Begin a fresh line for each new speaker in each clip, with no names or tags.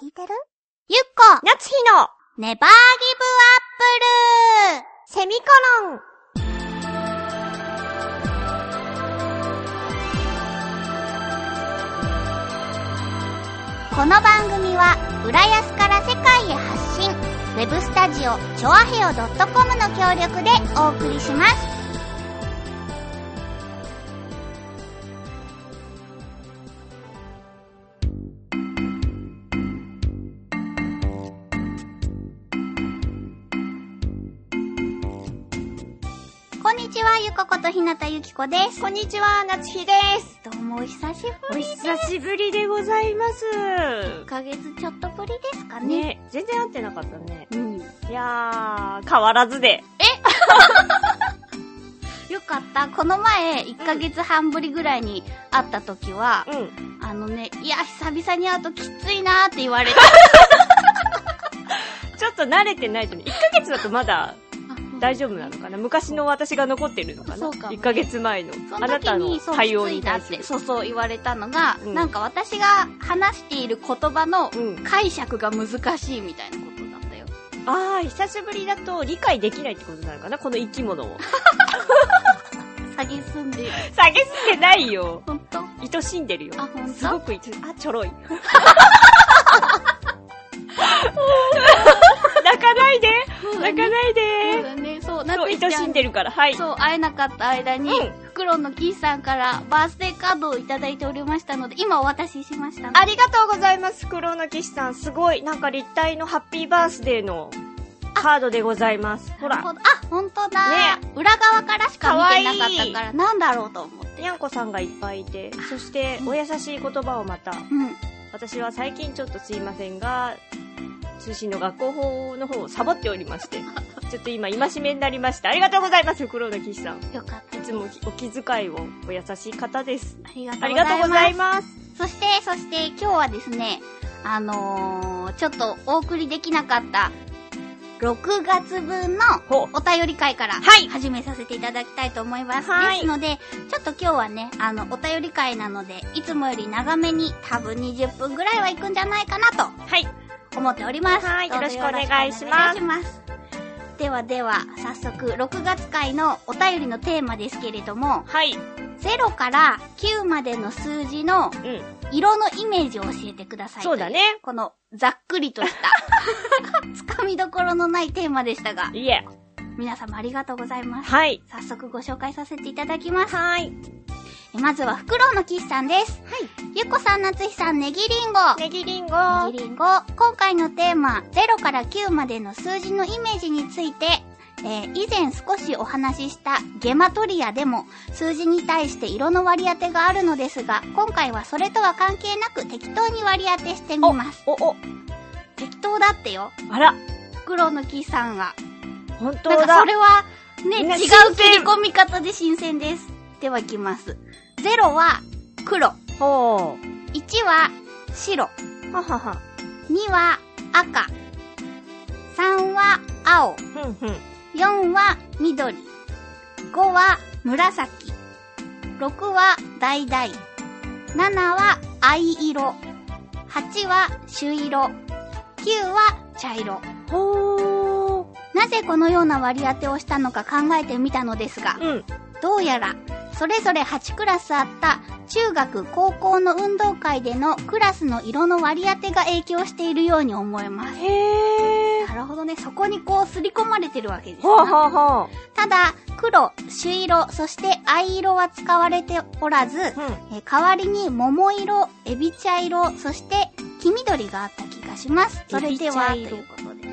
聞いてるゆっこ
夏日の
ネバーギブアップルセミコロンこの番組は浦安から世界へ発信ウェブスタジオチョアヘオ .com の協力でお送りしますこんにちはゆこことひなたゆきこです
こんにちは、夏日です。
どうもお久し
お
ぶりです
久しぶりでございます。
1ヶ月ちょっとぶりですかね。
ね、全然会ってなかったね。
うん。
いやー、変わらずで。
よかった。この前、1ヶ月半ぶりぐらいに会った時は、
うん。
あのね、いや、久々に会うときついなーって言われて。
ちょっと慣れてないとね。1ヶ月だとまだ 大丈夫なのかな昔の私が残ってるのかな
そうかも
?1 ヶ月前の。
そ
あ
の
な
時
たの
に、そう、
対応
きつい
に
な
対
っ
す
て、
る。
そうそう言われたのが、
うん
なんか私が話している言葉の
うん。
解釈が難しいみたいなことだったよ。
あー、久しぶりだと理解できないってことなのかなこの生き物を。
詐欺すんでる。
下げすんでないよ。
ほんと
愛しんでるよ。
あ、ほん
すご
と
くいつ、あ、ちょ ろい。泣かないで泣かない
そう
で
だね、そう、な
そ
っ
う、
てきちゃ
愛しんでるから、はい。
そう、会えなかった間に、
うん
フクロウのキーさんからバースデーカードをいただいておりましたので、今お渡ししましたので。
ありがとうございます、黒の騎士さん。すごい、なんか立体のハッピーバースデーのカードでございます。ほ
なる
ら、
ほどあ、ほんとだ、裏側からしか見てなかったから、なんだろうと思って。
にゃんこさんがいっぱいいて、そして、お優しい言葉をまた、
うん。
私は最近ちょっとすいませんが、通信の学校法の方をサボっておりま して、ちょっと今、戒めになりました。ありがとうございます、黒の騎士さん。
よかった。
いつもお気遣いをお優しい方です。
ありがとう
ありがとうご
ござ
ざ
い
い
ま
ます。
す。そして、そして、今日はですね、あのー、ちょっとお送りできなかった、6月分の
ほう。
お便り会から
はい
始めさせていただきたいと思います。
はい
ですので、ちょっと今日はね、あの、お便り会なので、いつもより長めに多分20分ぐらいは行くんじゃないかな
はい。
と思っております。
はい
どうぞ
よろしくお願いします
よろくお願いしますではでは、早速、6月会のお便りのテーマですけれども、
はい。
0から9までの数字の
うん。
色のイメージを教えてくださいとい
そうだね。
この、ざっくりと した、つかみどころのないテーマでしたが、
いえ。
皆様ありがとうございます。
はい。
早速ご紹介させていただきます。
はい。
えまずは、フクロウのキスさんです。
は
ゆっこさん、なつひさん、ネギリンゴ。
ネギリンゴ。
ネギリンゴ。今回のテーマ、0から9までの数字のイメージについて、えー以前少しお話ししたゲマトリアでも数字に対して色の割り当てがあるのですが、今回はそれとは関係なく適当に割り当てしてみます。
お、お、
適当だってよ。
あら、
フクロウのキスさんが。
本当
なん
だ。
かそれは、ね、
ね
違う切
新鮮
り込み方で新鮮です。では行きます。0は黒、
ほ
1は白、
う。ははは。
2は赤、3は青、
ふんふん。
4は緑、5は紫、6は橙、7は藍色、8は朱色、9は茶色。
ほー。
なぜこのような割り当てをしたのか考えてみたのですが、
うん。
どうやら、それぞれ8クラスあった中学、高校の運動会でのクラスの色の割り当てが影響しているように思えます。
へー。
なるほどね。そこにこう刷り込まれてるわけです
ほう
な。
ほうほう。
ただ、黒、朱色、そして藍色は使われておらず、
うん。
えー代わりに桃色、エビ茶色、そして黄緑があった気がします。それでは、と
エ
い
ビ茶色
うことで。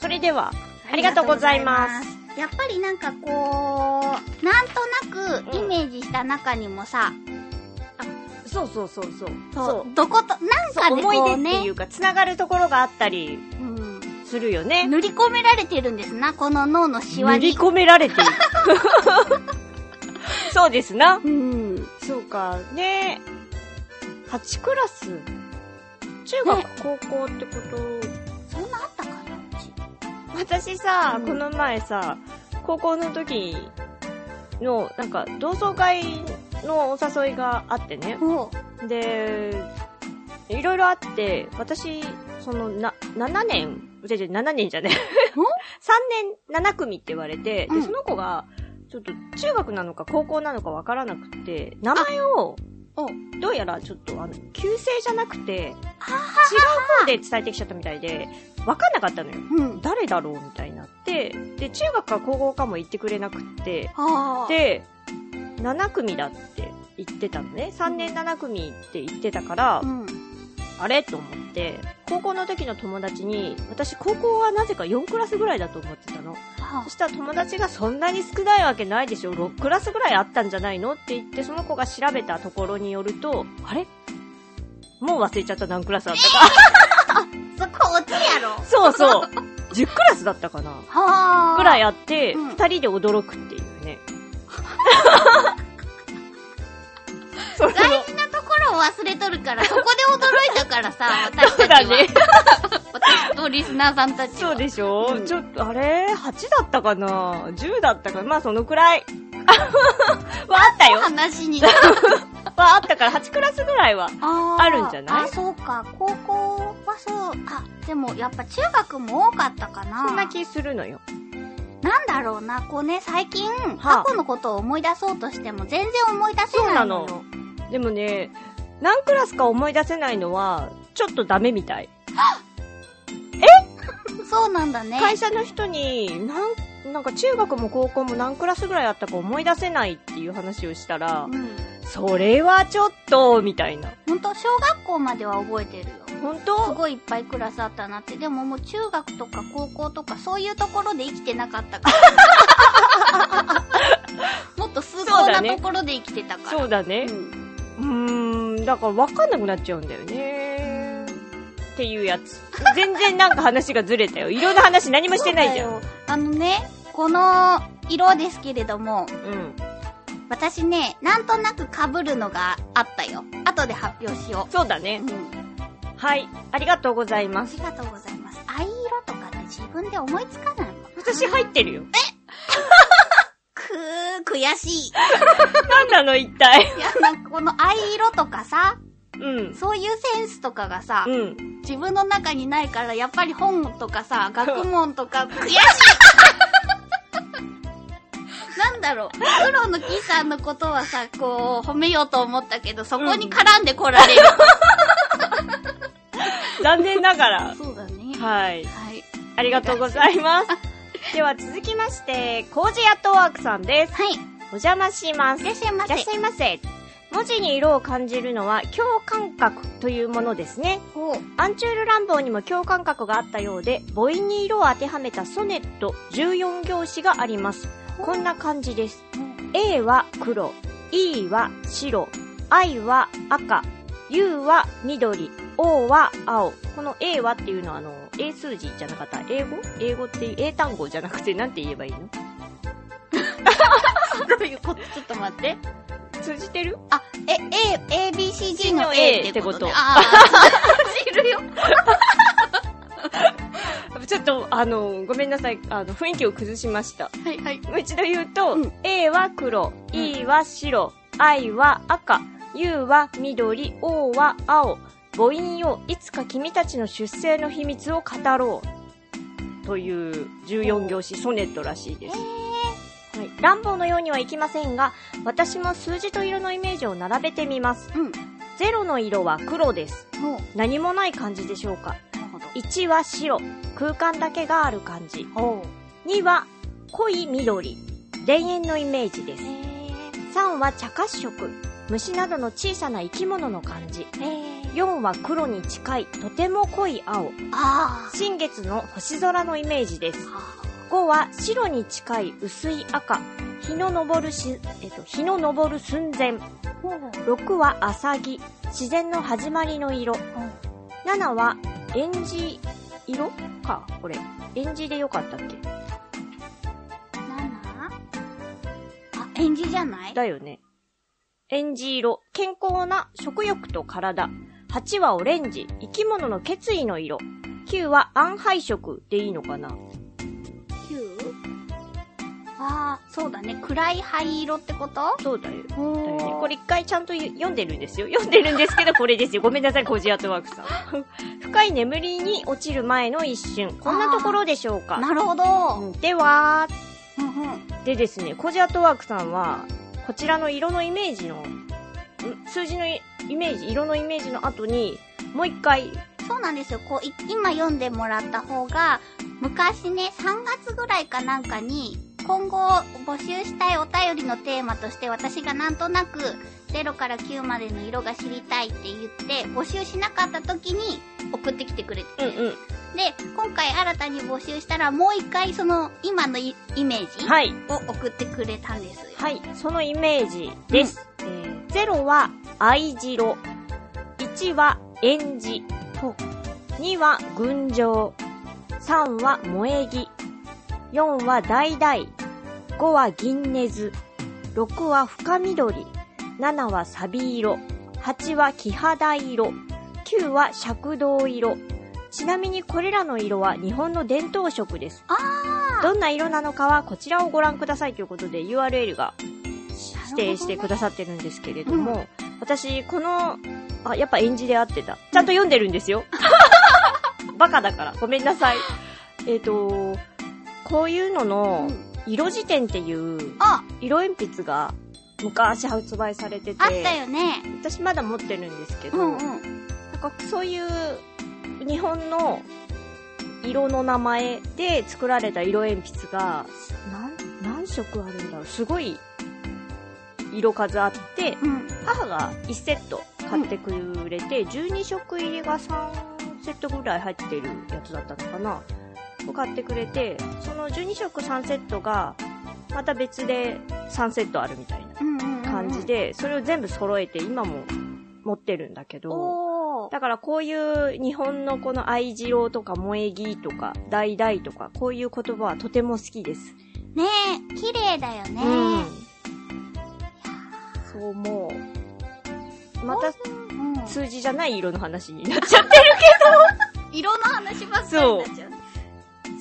それでは、ありがとうございます。
やっぱりなんかこう、なんとなくイメージした中にもさ、
そうそうそうそう。
そう、どこと、なん
そう。
かで
思い
こう
出ってい
ね、
うか、つながるところがあったり
うん
するよね。
塗り込められてるんですな、この脳のシワ
塗
に。
り込められている。 そうですな。
うん。
そうか。ね8クラス。中学、
ね
高校ってこと
そんなあったかな、うち。
私さ、
うん
この前さ、高校の時の、なんか、同窓会のお誘いがあってね。
おう
で、いろいろあって、私、その、な、7年、じゃじゃ、7年じゃねえ。3年7組って言われて、
うん
で、その子が、ちょっと中学なのか高校なのかわからなくて、名前を、
お
どうやらちょっと、あの、旧姓じゃなくて、違う方で伝えてきちゃったみたいで、わかんなかったのよ。
うん。
誰だろうみたいになって、で、中学か高校かも言ってくれなくって、
あー、
で、7組だって言ってたのね。3年7組って言ってたから、
うん。
あれと思って、高校の時の友達に、私高校はなぜか4クラスぐらいだと思ってたの。
は
そしたら友達がそんなに少ないわけないでしょ。6クラスぐらいあったんじゃないのって言って、その子が調べたところによると、あれもう忘れちゃった何クラスあったか。
あ、そこ落ちやろ。
そうそう。10クラスだったかな。
はあ。
ぐらい
や。
あって、
うん
二人で驚くっていう ね。それも
大事なところを忘れとるから、そこで驚いたからさ、私
そ
た
うだ
ちは。
ね。
私とリスナーさんたちは。
そうでしょ、
うん
ちょっと、あれ ?8 だったかな ?10 だったかなまあそのくらい。 はあったよ。は
話 に。
あったから8クラスぐらいは。
あー
あるんじゃない
あ、そうか。高校はそう。あ、でもやっぱ中学も多かったかな。
そんな気するのよ。
なんだろうな、こうね、最近、
はあ
過去のことを思い出そうとしても全然思い出せないのよ。
そうでもね、何クラスか思い出せないのは、ちょっとダメみたい。
そうなんだね。
会社の人に、なん、なんか中学も高校も何クラスぐらいあったか思い出せないっていう話をしたら、
うん。
それはちょっと、みたいな。
ほんと、小学校までは覚えてるよ。
本
す
当
ごいいっぱいクラスあったなって。でももう中学とか高校とかそういうところで生きてなかった から。もっと崇
そう
高
だ
な
ね
ところで生きてたから。
そうだね。
うん
うーん、だから分かんなくなっちゃうんだよね。っていうやつ。全然なんか話がずれ たよ。いろんな話何もしてないじゃん。
そうだよあのね、この色ですけれども、
うん。
私ね、なんとなく被るのがあったよ。後で発表しよ
そうだ
う。
ね
う。ん。
はい。ありがとうござい
あ
ます。
りがとうございます。藍色とかね、自分で思いつかないもん。
私入ってるよ。
くー、悔しい。い
なんなの一体。
や、なんかこの藍色とかさ、
うん。
そういうセンスとかがさ、
うん。
自分の中にないから、やっぱり本とか さ、学問とか、悔しいなんだろう、黒の木さんのことはさ、こう、褒めようと思ったけど、そこに絡んでこられる。。
残念なが ら
そうだね。
はい。
はい。
ありがとうござ います。では続きまして、コージアットワークさんです。
はい。
お邪魔します
い。らっしゃいま
いらっ
せ
し。ゃいませ。文字に色を感じるのは共感覚というものですね。
ほう。
アンチュール乱暴にも共感覚があったようで、母音に色を当てはめたソネット14行詞があります。こんな感じです。A は黒、E は白、I は赤、U は緑、O は青。この A はっていうのはあの、英数字じゃなかった。英語英語って、英単語じゃなくてなんて言えばいいの
どういうことちょっと待って。
通じてる
あ、え、A、A、B、C、G の
A
A ってこと、
ってこと
ね、ああ、 知るよ。
ちょっと、あの、ごめんなさい。あの、雰囲気を崩しました。
はいはい。
もう一度言うと、
うん
A は黒、
うん
E は白、I は赤、U は緑、O は青。母音をいつか君たちの出生の秘密を語ろう。という14行詞ソネットらしいです。はい、乱暴のようにはいきませんが、私も数字と色のイメージを並べてみます。
うん。
0の色は黒です。
ほう。
何もない感じでしょうか。
なるほど。
1は白、空間だけがある感じ。
ほう。
2は濃い緑、田園のイメージです
え。ー、
3は茶褐色、虫などの小さな生き物の感じ。
えー、
4は黒に近い、とても濃い青、
あ
新月の星空のイメージです。
あ。
5は白に近い薄い赤、日の昇るし、えっと、日の昇る寸前。
ほう。
6はアサギ、自然の始まりの色。7は、エンジ色か、これ。エンジでよかったっけ
七あ、演じじゃない
だよね。エンジ色、健康な食欲と体。8はオレンジ、生き物の決意の色。9は暗配色でいいのかな
九ああ、そうだね。暗い灰色ってこと
そうだよ。
お
だよね
ー
これ一回ちゃんと読んでるんですよ。読んでるんですけど、これですよ。ごめんなさい、コジアートワークさん。 深い眠りに落ちる前の一瞬。こんなところでしょうか。
なるほど。
では、
うんうん。
でですね、コジアートワークさんは、こちらの色のイメージの、ん数字のイイメージ、色のイメージの後に、もう一回、
そうなんですよ。こう、い今読んでもらった方が、昔ね、3月ぐらいかなんかに、今後募集したいお便りのテーマとして、私がなんとなく、0から9までの色が知りたいって言って、募集しなかった時に送ってきてくれて
う
て、
んうん。
で、今回新たに募集したら、もう一回その、今のイイメージ
はい。
を送ってくれたんですよ。
はい、そのイメージです。えー、0は藍白、1は縁字、2は群青、3は萌え木、4は橙、5は銀根津、6は深緑、7はサビ色、8は木肌色、9は赤銅色。ちなみにこれらの色は日本の伝統色です。どんな色なのかはこちらをご覧くださいということで URL が指定してくださってるんですけれども、私、この、あ、やっぱ演じで合ってた。ちゃんと読んでるんです よ。バカだから。ごめんなさい。えっ、と、こういうのの
うん、
色辞典っていう、
あ、
色鉛筆が昔発売されてて、
あったよね。
私まだ持ってるんですけ
う
ど、
んう
なん
ん。
かそういう日本の色の名前で作られた色鉛筆が何何色あるんだろうすごい色数あって
うん。
母が1セット買ってくれて、12色入りが3セットぐらい入ってるやつだったのかなを買ってくれてその12色3セットがまた別で3セットあるみたいな
うんうんうん。
感じ。で、それを全部揃えて今も持ってるんだけど、
おー。
だからこういう日本のこの愛次郎とか萌え木とか大々とかこういう言葉はとても好きです。
ねえ、綺麗だよね。
うん。そう思う。また
うん
数字じゃない色の話になっちゃって。
色の話ばっかりになっちゃうね。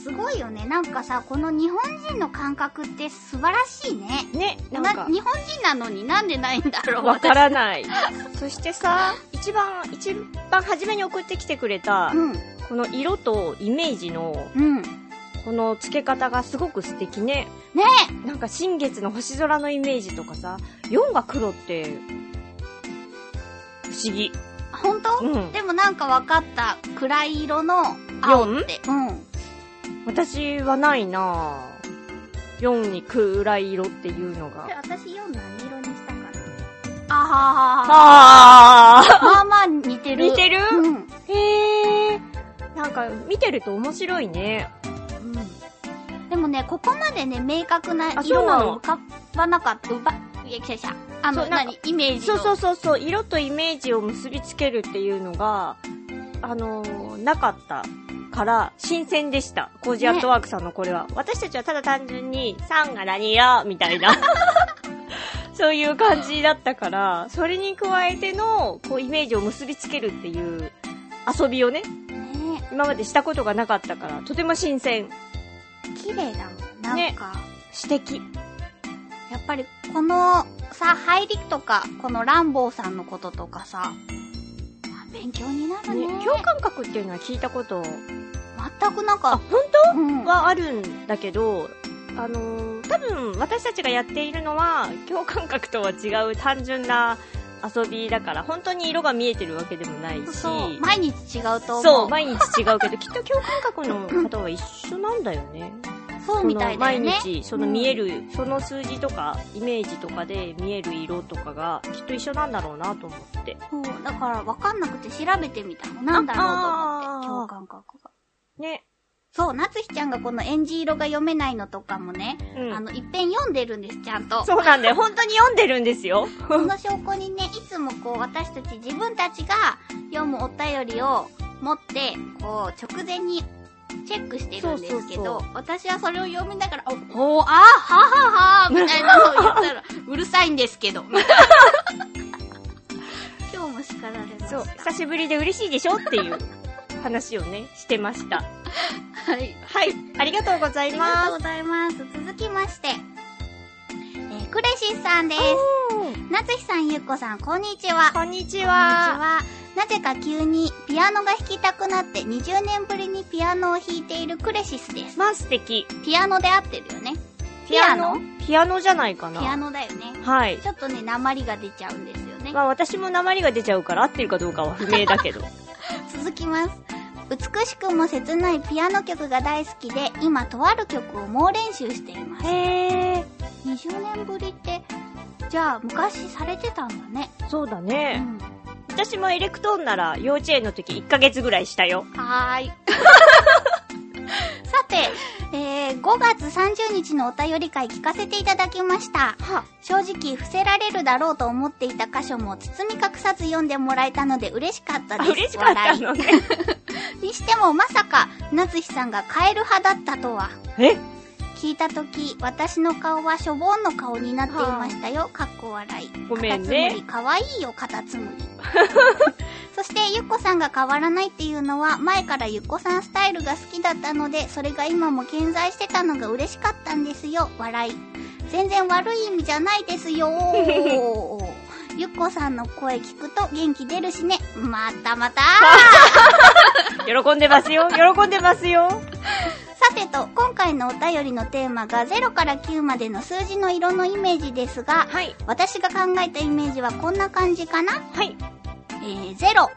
すごいよね。なんかさ、この日本人の感覚って素晴らしいね。
ね、
な
なんか。
日本人なのになんでないんだろう。
わからない。 そしてさ、一番、一番初めに送ってきてくれた、
うん、
この色とイメージの、
うん。ね
この付け方がすごく素敵ね。なんか新月の星空のイメージとかさ、4が黒って、不思議。
え、ほんと
うん。
でもなんかわかった。暗い色の青って。うん。
私はないなぁ。4に暗い色っていうのが。
私4何色にしたかな。あ
あ
あ。まあまあ似て
ー
る。
似てる
うん。うん。
へえ。なんか見てると面白いね。
でもね、ここまでね、明確な
あそ
色
うな
は
の
浮かばなかった。うば、いや、きしゃきしゃ。あの、
そうなんか
何イメージ
そ
の。
うそうそうそう、色とイメージを結びつけるっていうのが、あのーなかったから、新鮮でした。コージアットワークさんのこれは。私たちはただ単純に、3が何色みたい な。そういう感じだったから、それに加えての、こう、イメージを結びつけるっていう遊びをね、
ね
今までしたことがなかったから、とても新鮮。
綺麗だもん。なん
ね
か、
素敵。
やっぱりこのさ、入りとか、このランボーさんのこととかさ、あ勉強になるね。
ね、共感覚っていうのは聞いたこと、
全くなん
あ、
か、
本当
うん。
はあるんだけど、あのー多分私たちがやっているのは共感覚とは違う単純な遊びだから本当に色が見えてるわけでもないし
そう。毎日違うと思う。
そう毎日違うけどきっと共感覚の方は一緒なんだよね。
そうみたいだよね。
その毎日その見える、その数字とかイメージとかで見える色とかがきっと一緒なんだろうなと思って。
そうだから分かんなくて調べてみたの。なんだろうと思って、共感覚が。
ね。
そう、夏日ちゃんがこのエンジ色が読めないのとかもね、
うん、
あの、いっぺん読んでるんです、ちゃんと。
そうなんだ よ。本当に読んでるんですよ。
その証拠にね、いつもこう私たち自分たちが読むお便りを持って、こう直前にチェックしてるんですけど、
そうそう
私はそれを読みながら、おほー、あー、はははみたいなのを言ったら、うるさいんですけど、みたい な。今日も叱られまし
そう。
た。
久しぶりで嬉しいでしょっていう話をね、してました。
はい。
はい、ありがとうござ
あ
い
りがとう
ま
ございます。続きまして、クレシスさんです。なつひさん、ゆっこさん、こんにちは。
こんにち
こんにち
は。
は。なぜか急にピアノが弾きたくなって20年ぶりにピアノを弾いているクレシスです。
まあ素敵。
ピアノで合ってるよね。
ピアノピアノじゃないか
ピア
な。
ノだよね。
はい。
ちょっとね、鉛が出ちゃうんですよね。
まあ私も鉛が出ちゃうから合ってるかどうかは不明だけど。
続きます。美しくも切ないピアノ曲が大好きで、今とある曲を猛練習しています。
へえ。
20年ぶりって、じゃあ昔されてたんだね。
そうだ
う
ね。
ん。
私もエレクトーンなら幼稚園の時1ヶ月ぐらいしたよ。
はーい。 さて、えー5月30日のお便り会聞かせていただきました。
は
正直、伏せられるだろうと思っていた箇所も包み隠さず読んでもらえたので嬉しかったです。
嬉しかったのね。
笑いにしてもまさか、夏日さんがカエル派だったとは。
え
聞いたとき、私の顔はしょぼんの顔になっていましたよ。かっこ笑い。
ごめん
カタ
ね
ツムリかわいいよ、カタツム リ。そして、ゆっこさんが変わらないっていうのは、前からゆっこさんスタイルが好きだったので、それが今も健在してたのが嬉しかったんですよ。笑い。全然悪い意味じゃないです よ。ゆっこさんの声聞くと元気出るしね。またま た。
喜んでますよ。喜んでますよ。
さてと、今回のお便りのテーマが0から9までの数字の色のイメージですが、
はい。
私が考えたイメージはこんな感じかな
はい。
えー、0、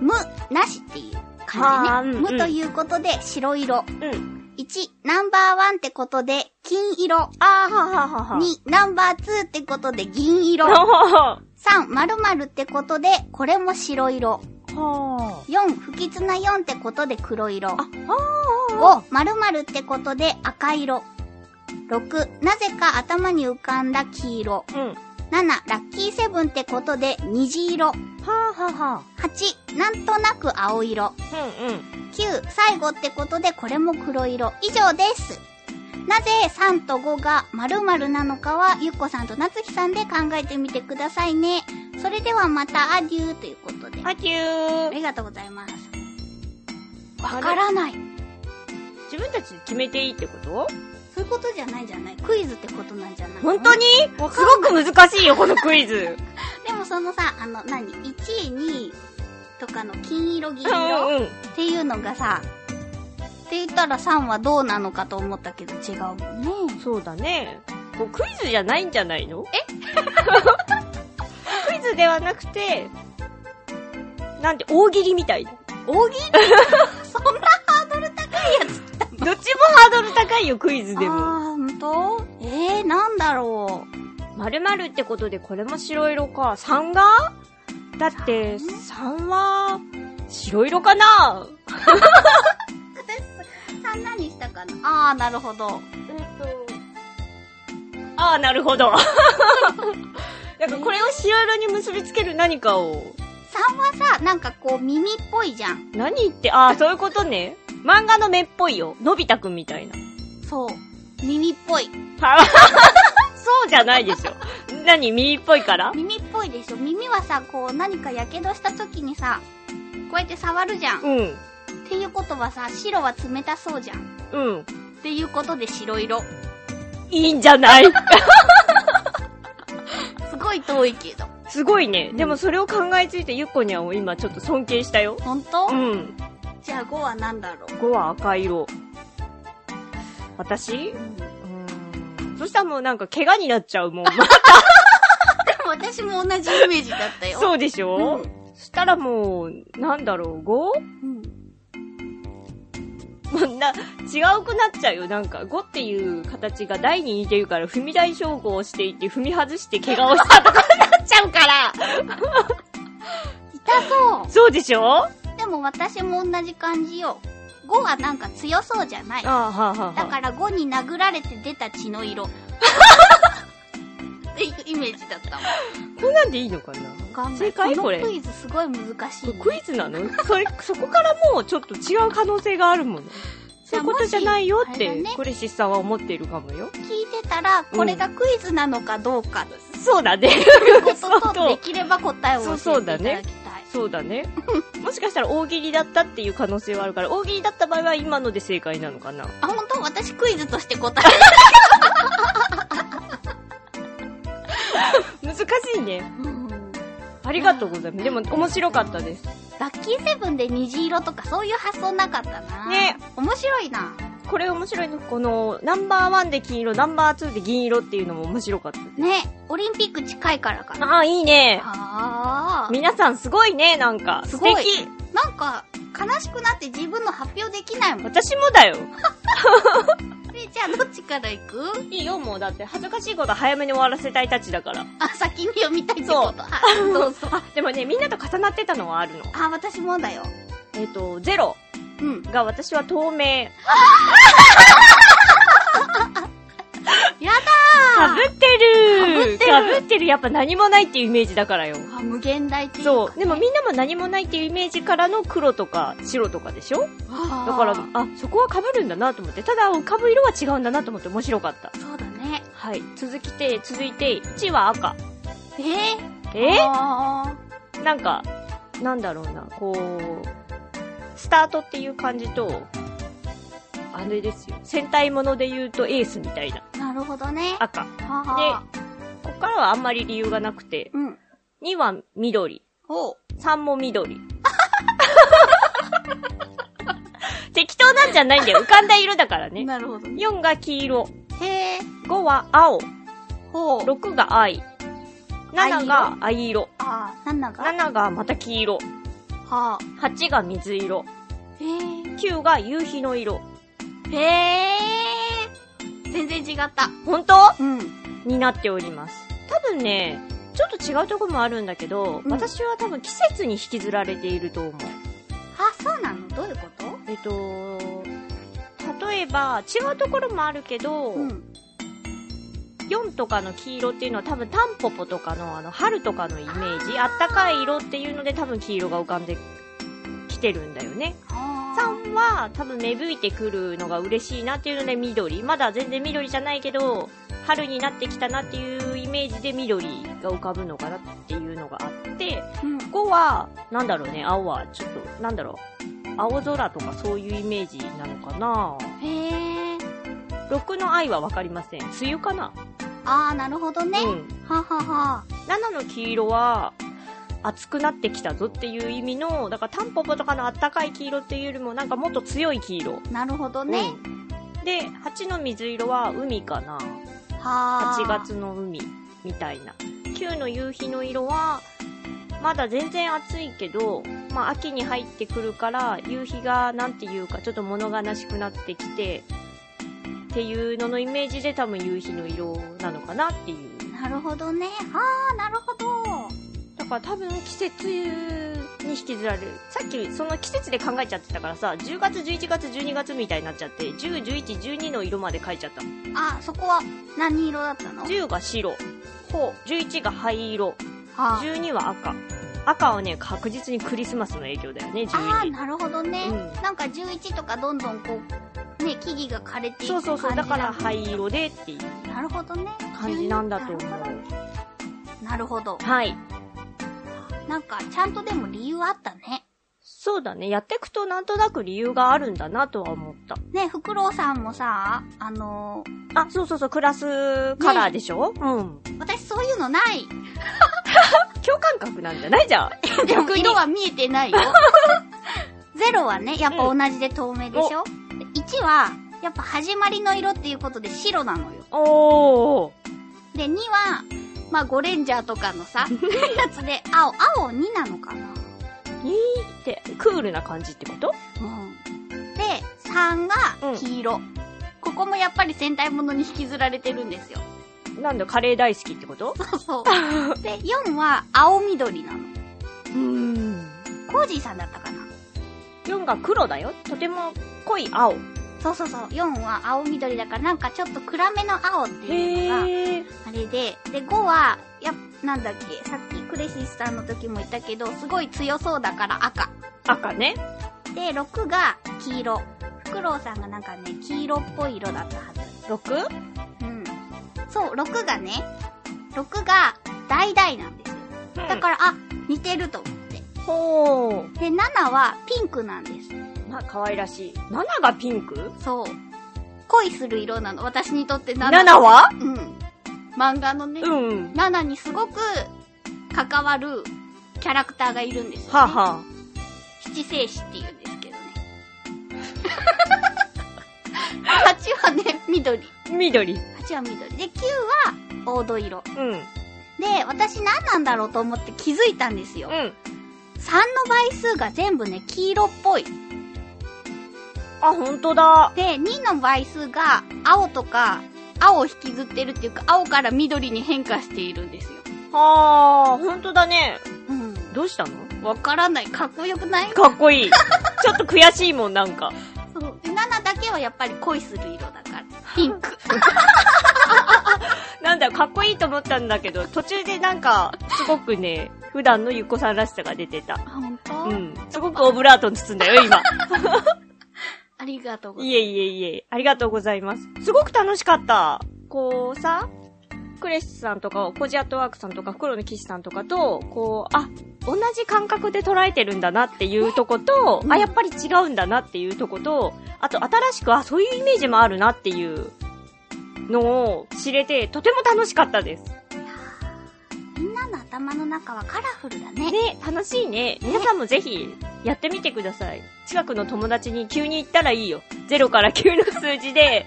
無、なしっていう
はあ
感じ
うん
ね。
うん
無ということで白色。
うん。
1、ナンバーワンってことで金色。
あーはははは。
2、ナンバーツーってことで銀色。
は
3、〇〇ってことでこれも白色。
は
4、不吉な4ってことで黒色。
あ、
5、
あ
〇〇ってことで赤色。6、なぜか頭に浮かんだ黄色。
ー。うん。
7、ラッキーセブンってことで虹色。
ははは。
8、なんとなく青色。
うんうん。
9、最後ってことでこれも黒色。以上です。なぜ3と5が〇〇なのかは、ゆっこさんとなつきさんで考えてみてくださいね。それではまたアデューということで。
アキ
あ
ュー。
りがとうございます。わからない。
自分たちで決めていいってこと
そういうことじゃないじゃない。クイズってことなんじゃない
本当に
わ
す
かん
ごく難 しいよ、このクイズ。
でもそのさ、あの、何 ?1 位、2位とかの金色、銀
う
色
んうん。
っていうのがさ、って言ったら3はどうなのかと思ったけど違うもんね。
そうだね。こうクイズじゃないんじゃないのえクイズではなくて、なんて、大喜利みたいな。
大 喜利そんなハードル高いやつ
どっちもハードル高いよ、クイズで
あ
も。
ー、ほんとえー、なんだろ
〇〇ってことで、これも白色か。3がだって、3は、白色かな
う。私、3何したかなあー、なるほど。
えっと、ああ、なるほ ど。なんかこれを白色に結びつける何かを。
3はさ、なんかこう耳っぽいじゃん。
何言って、ああ、そういうことね。漫画の目っぽいよ。のび太くんみたいな。
そう。耳っぽい。
は そうじゃないでしょ。何耳っぽいから
耳っぽいでしょ耳はさ、こう何か火傷した時にさ、こうやって触るじゃん。
うん。
っていうことはさ、白は冷たそうじゃん。っ
うん。
ていうことで白色。
いいんじゃない
すごい遠いけど。
すごいね。でもそれを考えついてゆっこにゃんを今ちょっと尊敬したよ。
ほんと、
うん。
じゃあ5は何だろ
5は赤色。私
う、うん、で
そしたらもうなんか怪我になっちゃうもん。
も私も同じイメージだったよ。
そうでしょ、
う
そしたらもう、なんだろう、5?
うん
もうな、違うくなっちゃうよ。なんか、5っていう形が台に似てるから、踏み台昇合をしていて、踏み外して怪我を したとかになっちゃう から。
痛そ
そうでしょあ
う。でも私も同じ感じよ。5はなんか強そうじゃない。だ
あ、はあ、はあ。
から5に殴られて出た血の 色。っていうイメージだったわ。
こんなんでいいのかな
わかんない
正解これ
のクイズすごい難しい、ね。
クイズなのそれ、そこからもうちょっと違う可能性があるもの。そういうことじゃないよっ
あ
て、
れだね
クレシスさんは思っているかもよ。
聞いてたら、これがクイズなのかどうかって
そうだね。
ことと、
そう
できれば答えを教えていただきたい。
そうだね。 もしかしたら大喜利だったっていう可能性はあるから、大喜利だった場合は今ので正解なのかな。
あ、本当私クイズとして答える。
しいね。
うん
ありがとうございます。でも、面白かったです。
ラッキーセブンで虹色とかそういう発想なかったな。
ね。
面白いな。
これ面白いの。この、ナンバーワンで金色、ナンバーツーで銀色っていうのも面白かった。
ね。オリンピック近いからかな。
ああ、いいね。
あー
皆さんすごいね、なんか。
す
素
ごい
敵。
なんか、悲しくなって自分の発表できないもん。
私もだよ。
え、じゃあどっちから行く
いいよ、もう。だって、恥ずかしいこと早めに終わらせたいたちだ から。
あ、先に読みたいってこと。あ、どうぞ。
あ、でもね、みんなと重なってたのはあるの。
あ、私もだよ。
えっ、と、ゼロ
うん。
が私は透明。
や
か
だ
ぶって
被
る
ってる
被ってるやっぱ何もないっていうイメージだからよ。
ーあ、無限大っていうか、
そう。でもみんなも何もないっていうイメージからの黒とか白とかでしょ
あー
だから、あ、そこは被るんだなと思って、ただ浮かぶ色は違うんだなと思って面白かった。
そうだね。
はい。続きて、続いて、1は赤。
えー、
え
あ
なんか、なんだろうな、こう、スタートっていう感じと、あれですよ。戦隊もので言うとエースみたいな
ーなるほどね。
赤。
はー
こっからはあんまり理由がなくて、
うん。
2は緑、
おう。
3も緑。 適当なんじゃないんだよ。浮かんだ色だからね。
なるほどね。
4が黄色、
へー
5は青、
ほう。
6が藍、7が藍色、
あー、7が。は
7がまた黄色、
あ。
8が水色、
へー
9が夕日の色。
へー全然違った。
本当
うん。
になっております。多分ね、ちょっと違うところもあるんだけど、
うん
私は多分季節に引きずられていると思う。
あ、そうなのどういうこと
えっと、例えば、違うところもあるけど、
うん。
4とかの黄色っていうのは多分タンポポとかのあの春とかのイメージ、あったかい色っていうので多分黄色が浮かんできてるんだよね。
あー
3は多分芽吹いてくるのが嬉しいなっていうので緑。まだ全然緑じゃないけど、春になってきたなっていうイメージで緑が浮かぶのかなっていうのがあって、
うん。
5は、なんだろうね、青はちょっと、なんだろう、青空とかそういうイメージなのかな
へえ。
6の愛はわかりません。梅雨かな
あー、なるほどね。
うん。
ははは。
7の黄色は、暑くなってきたぞっていう意味の、だからタンポポとかのあったかい黄色っていうよりも、なんかもっと強い黄色。
なるほどね。
うんで、8の水色は海かな。
はー
8月の海みたいな。9の夕日の色は、まだ全然暑いけど、まあ秋に入ってくるから、夕日がなんていうかちょっと物悲しくなってきて、っていうののイメージで多分夕日の色なのかなっていう。
なるほどね。はー、なるほど。
だから多分季節に引きずられる。さっきその季節で考えちゃってたからさ、10月、11月、12月みたいになっちゃって、10、11、12の色まで書いちゃったの。
あ、そこは何色だったの
10が白、
ほ
11が灰色、
はー。
12は赤。赤はね、確実にクリスマスの影響だよね、
あー、
12。
なるほどね。
うん
なんか11とかどんどんこう、ね、木々が枯れていく感じ
そうそうそう、だか
は
ら
い。
灰色でっていう
なるほどね。
感じなんだと思
なるほ
う。
どなるほど。
はい。
なんか、ちゃんとでも理由あったね。
そうだね、やってくとなんとなく理由があるんだなとは思った。
ね、フクロウさんもさ、あの
あ、そうそうそう、クラスカラーでしょ、うん。
ー、私そういうのない。
共感覚なんじゃないじゃん。
でも
逆に
色は見えてないよ。 ゼロはね、やっぱ同じで透明でしょ、で ?1 は、やっぱ始まりの色っていうことで白なのよ。
おー。
で、2は、まあ、ゴレンジャーとかの さ、やつで、青、青2なのかな
にって、クールな感じってこと
うん。で、3が黄色。ここもやっぱり戦隊ものに引きずられてるんですよ。
なんだ、カレー大好きってこと
そうそう。で、4は青緑なの。
うーん。
コージーさんだったかな
4が黒だよ。とても濃い青。
そうそうそう。4は青緑だからなんかちょっと暗めの青っていうのが、
ー。
あれで、で、5は、やっ、なんだっけ、さっきクレシスさんの時も言ったけど、すごい強そうだから赤。
赤ね。
で、6が黄色。フクロウさんがなんかね、黄色っぽい色だったはず。
6?
うん。そう、6がね、6が、大々なんですよ。だから、あ、似てると思って。
ら。ほー。
で、7はピンクなんです。
まあ、可愛らしい。7がピンク
そう。恋する色なの。私にとって 7,
7は
うん。漫画のね、
うんうん。
ナナにすごく関わるキャラクターがいるんですよ、ね。
はあ、は
七星子って言うんですけどね。 八はね、緑。
あ、緑。うん。
八は緑。で、九は黄土色。で、私何なんだろうと思って気づいたんですよ
う。ん。
3の倍数が全部ね、黄色っぽい。
あ、ほんとだ。
で、2の倍数が青とか、青を引きずってるっていうか、青から緑に変化しているんですよ。
はあ、ほんとだね。
うん。
どうしたの
わからない。かっこよくない
かっこいい。 ちょっと悔しいもん、なんか。
そう。で、7だけはやっぱり恋する色だから。ピンク。
なんだよ、かっこいいと思ったんだけど、途中でなんか、すごくね、普段のゆっこさんらしさが出てた。
あ、ほんと
うん。すごくオブラートに包んだ よ、今。
ありがとうござい
いえいえいえ、ありがとうございます。すごく楽しかった。こうさ、クレスさんとか、コジアットワークさんとか、袋の騎士さんとかと、こう、あ、同じ感覚で捉えてるんだなっていうとこと、
うん
あ、やっぱり違うんだなっていうとこと、あと新しく、あ、そういうイメージもあるなっていうのを知れて、とても楽しかったです。
ます。みんなの頭の中はカラフルだね。
ね、楽しいね。皆さんもぜひ、やってみてください。近くの友達に急に言ったらいいよ。0から9の数字で、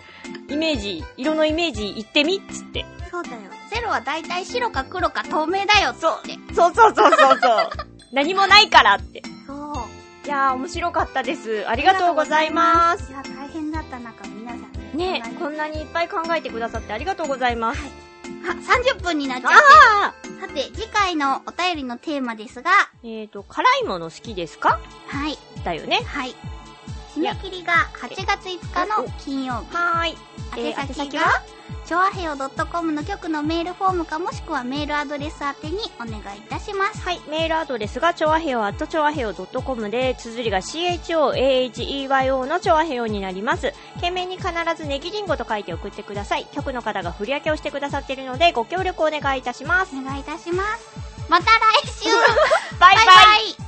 イメージ、色のイメージ言ってみっつって。
そうだよ。ゼロはだいたい白か黒か透明だよ、そうって。
そうそうそうそうそう。 何もないからって。
そう。
いやー、面白かったです。あ
あ
りがとうございま
い
す。
や、大変だった中、皆さん
ねこ
こん
ん
な
なにいっぱい考えてくださってありがとうございます。
あ、30分になっちゃっ
あ
た。さて、次回のお便りのテーマですが、
ーえーと、辛いもの好きですか
はい、
だよね。
はい。締
いや
め切りが8月5日の金曜
はーい。
日。
え
宛
ー
先が、ちょわへよ .com の局のメールフォームかもしくはメールアドレス宛てにお願いいたします。
はい、メールアドレスが、ちょわへよ、アットちょわへよ .com で、綴りが CHOAHEYO のちょわへよになります。懸命に必ずネギリンゴと書いて送ってください。局の方が振り分けをしてくださっているので、ご協力お願いいたします。
お願いいたします。また来週
バイバイ
バイバイ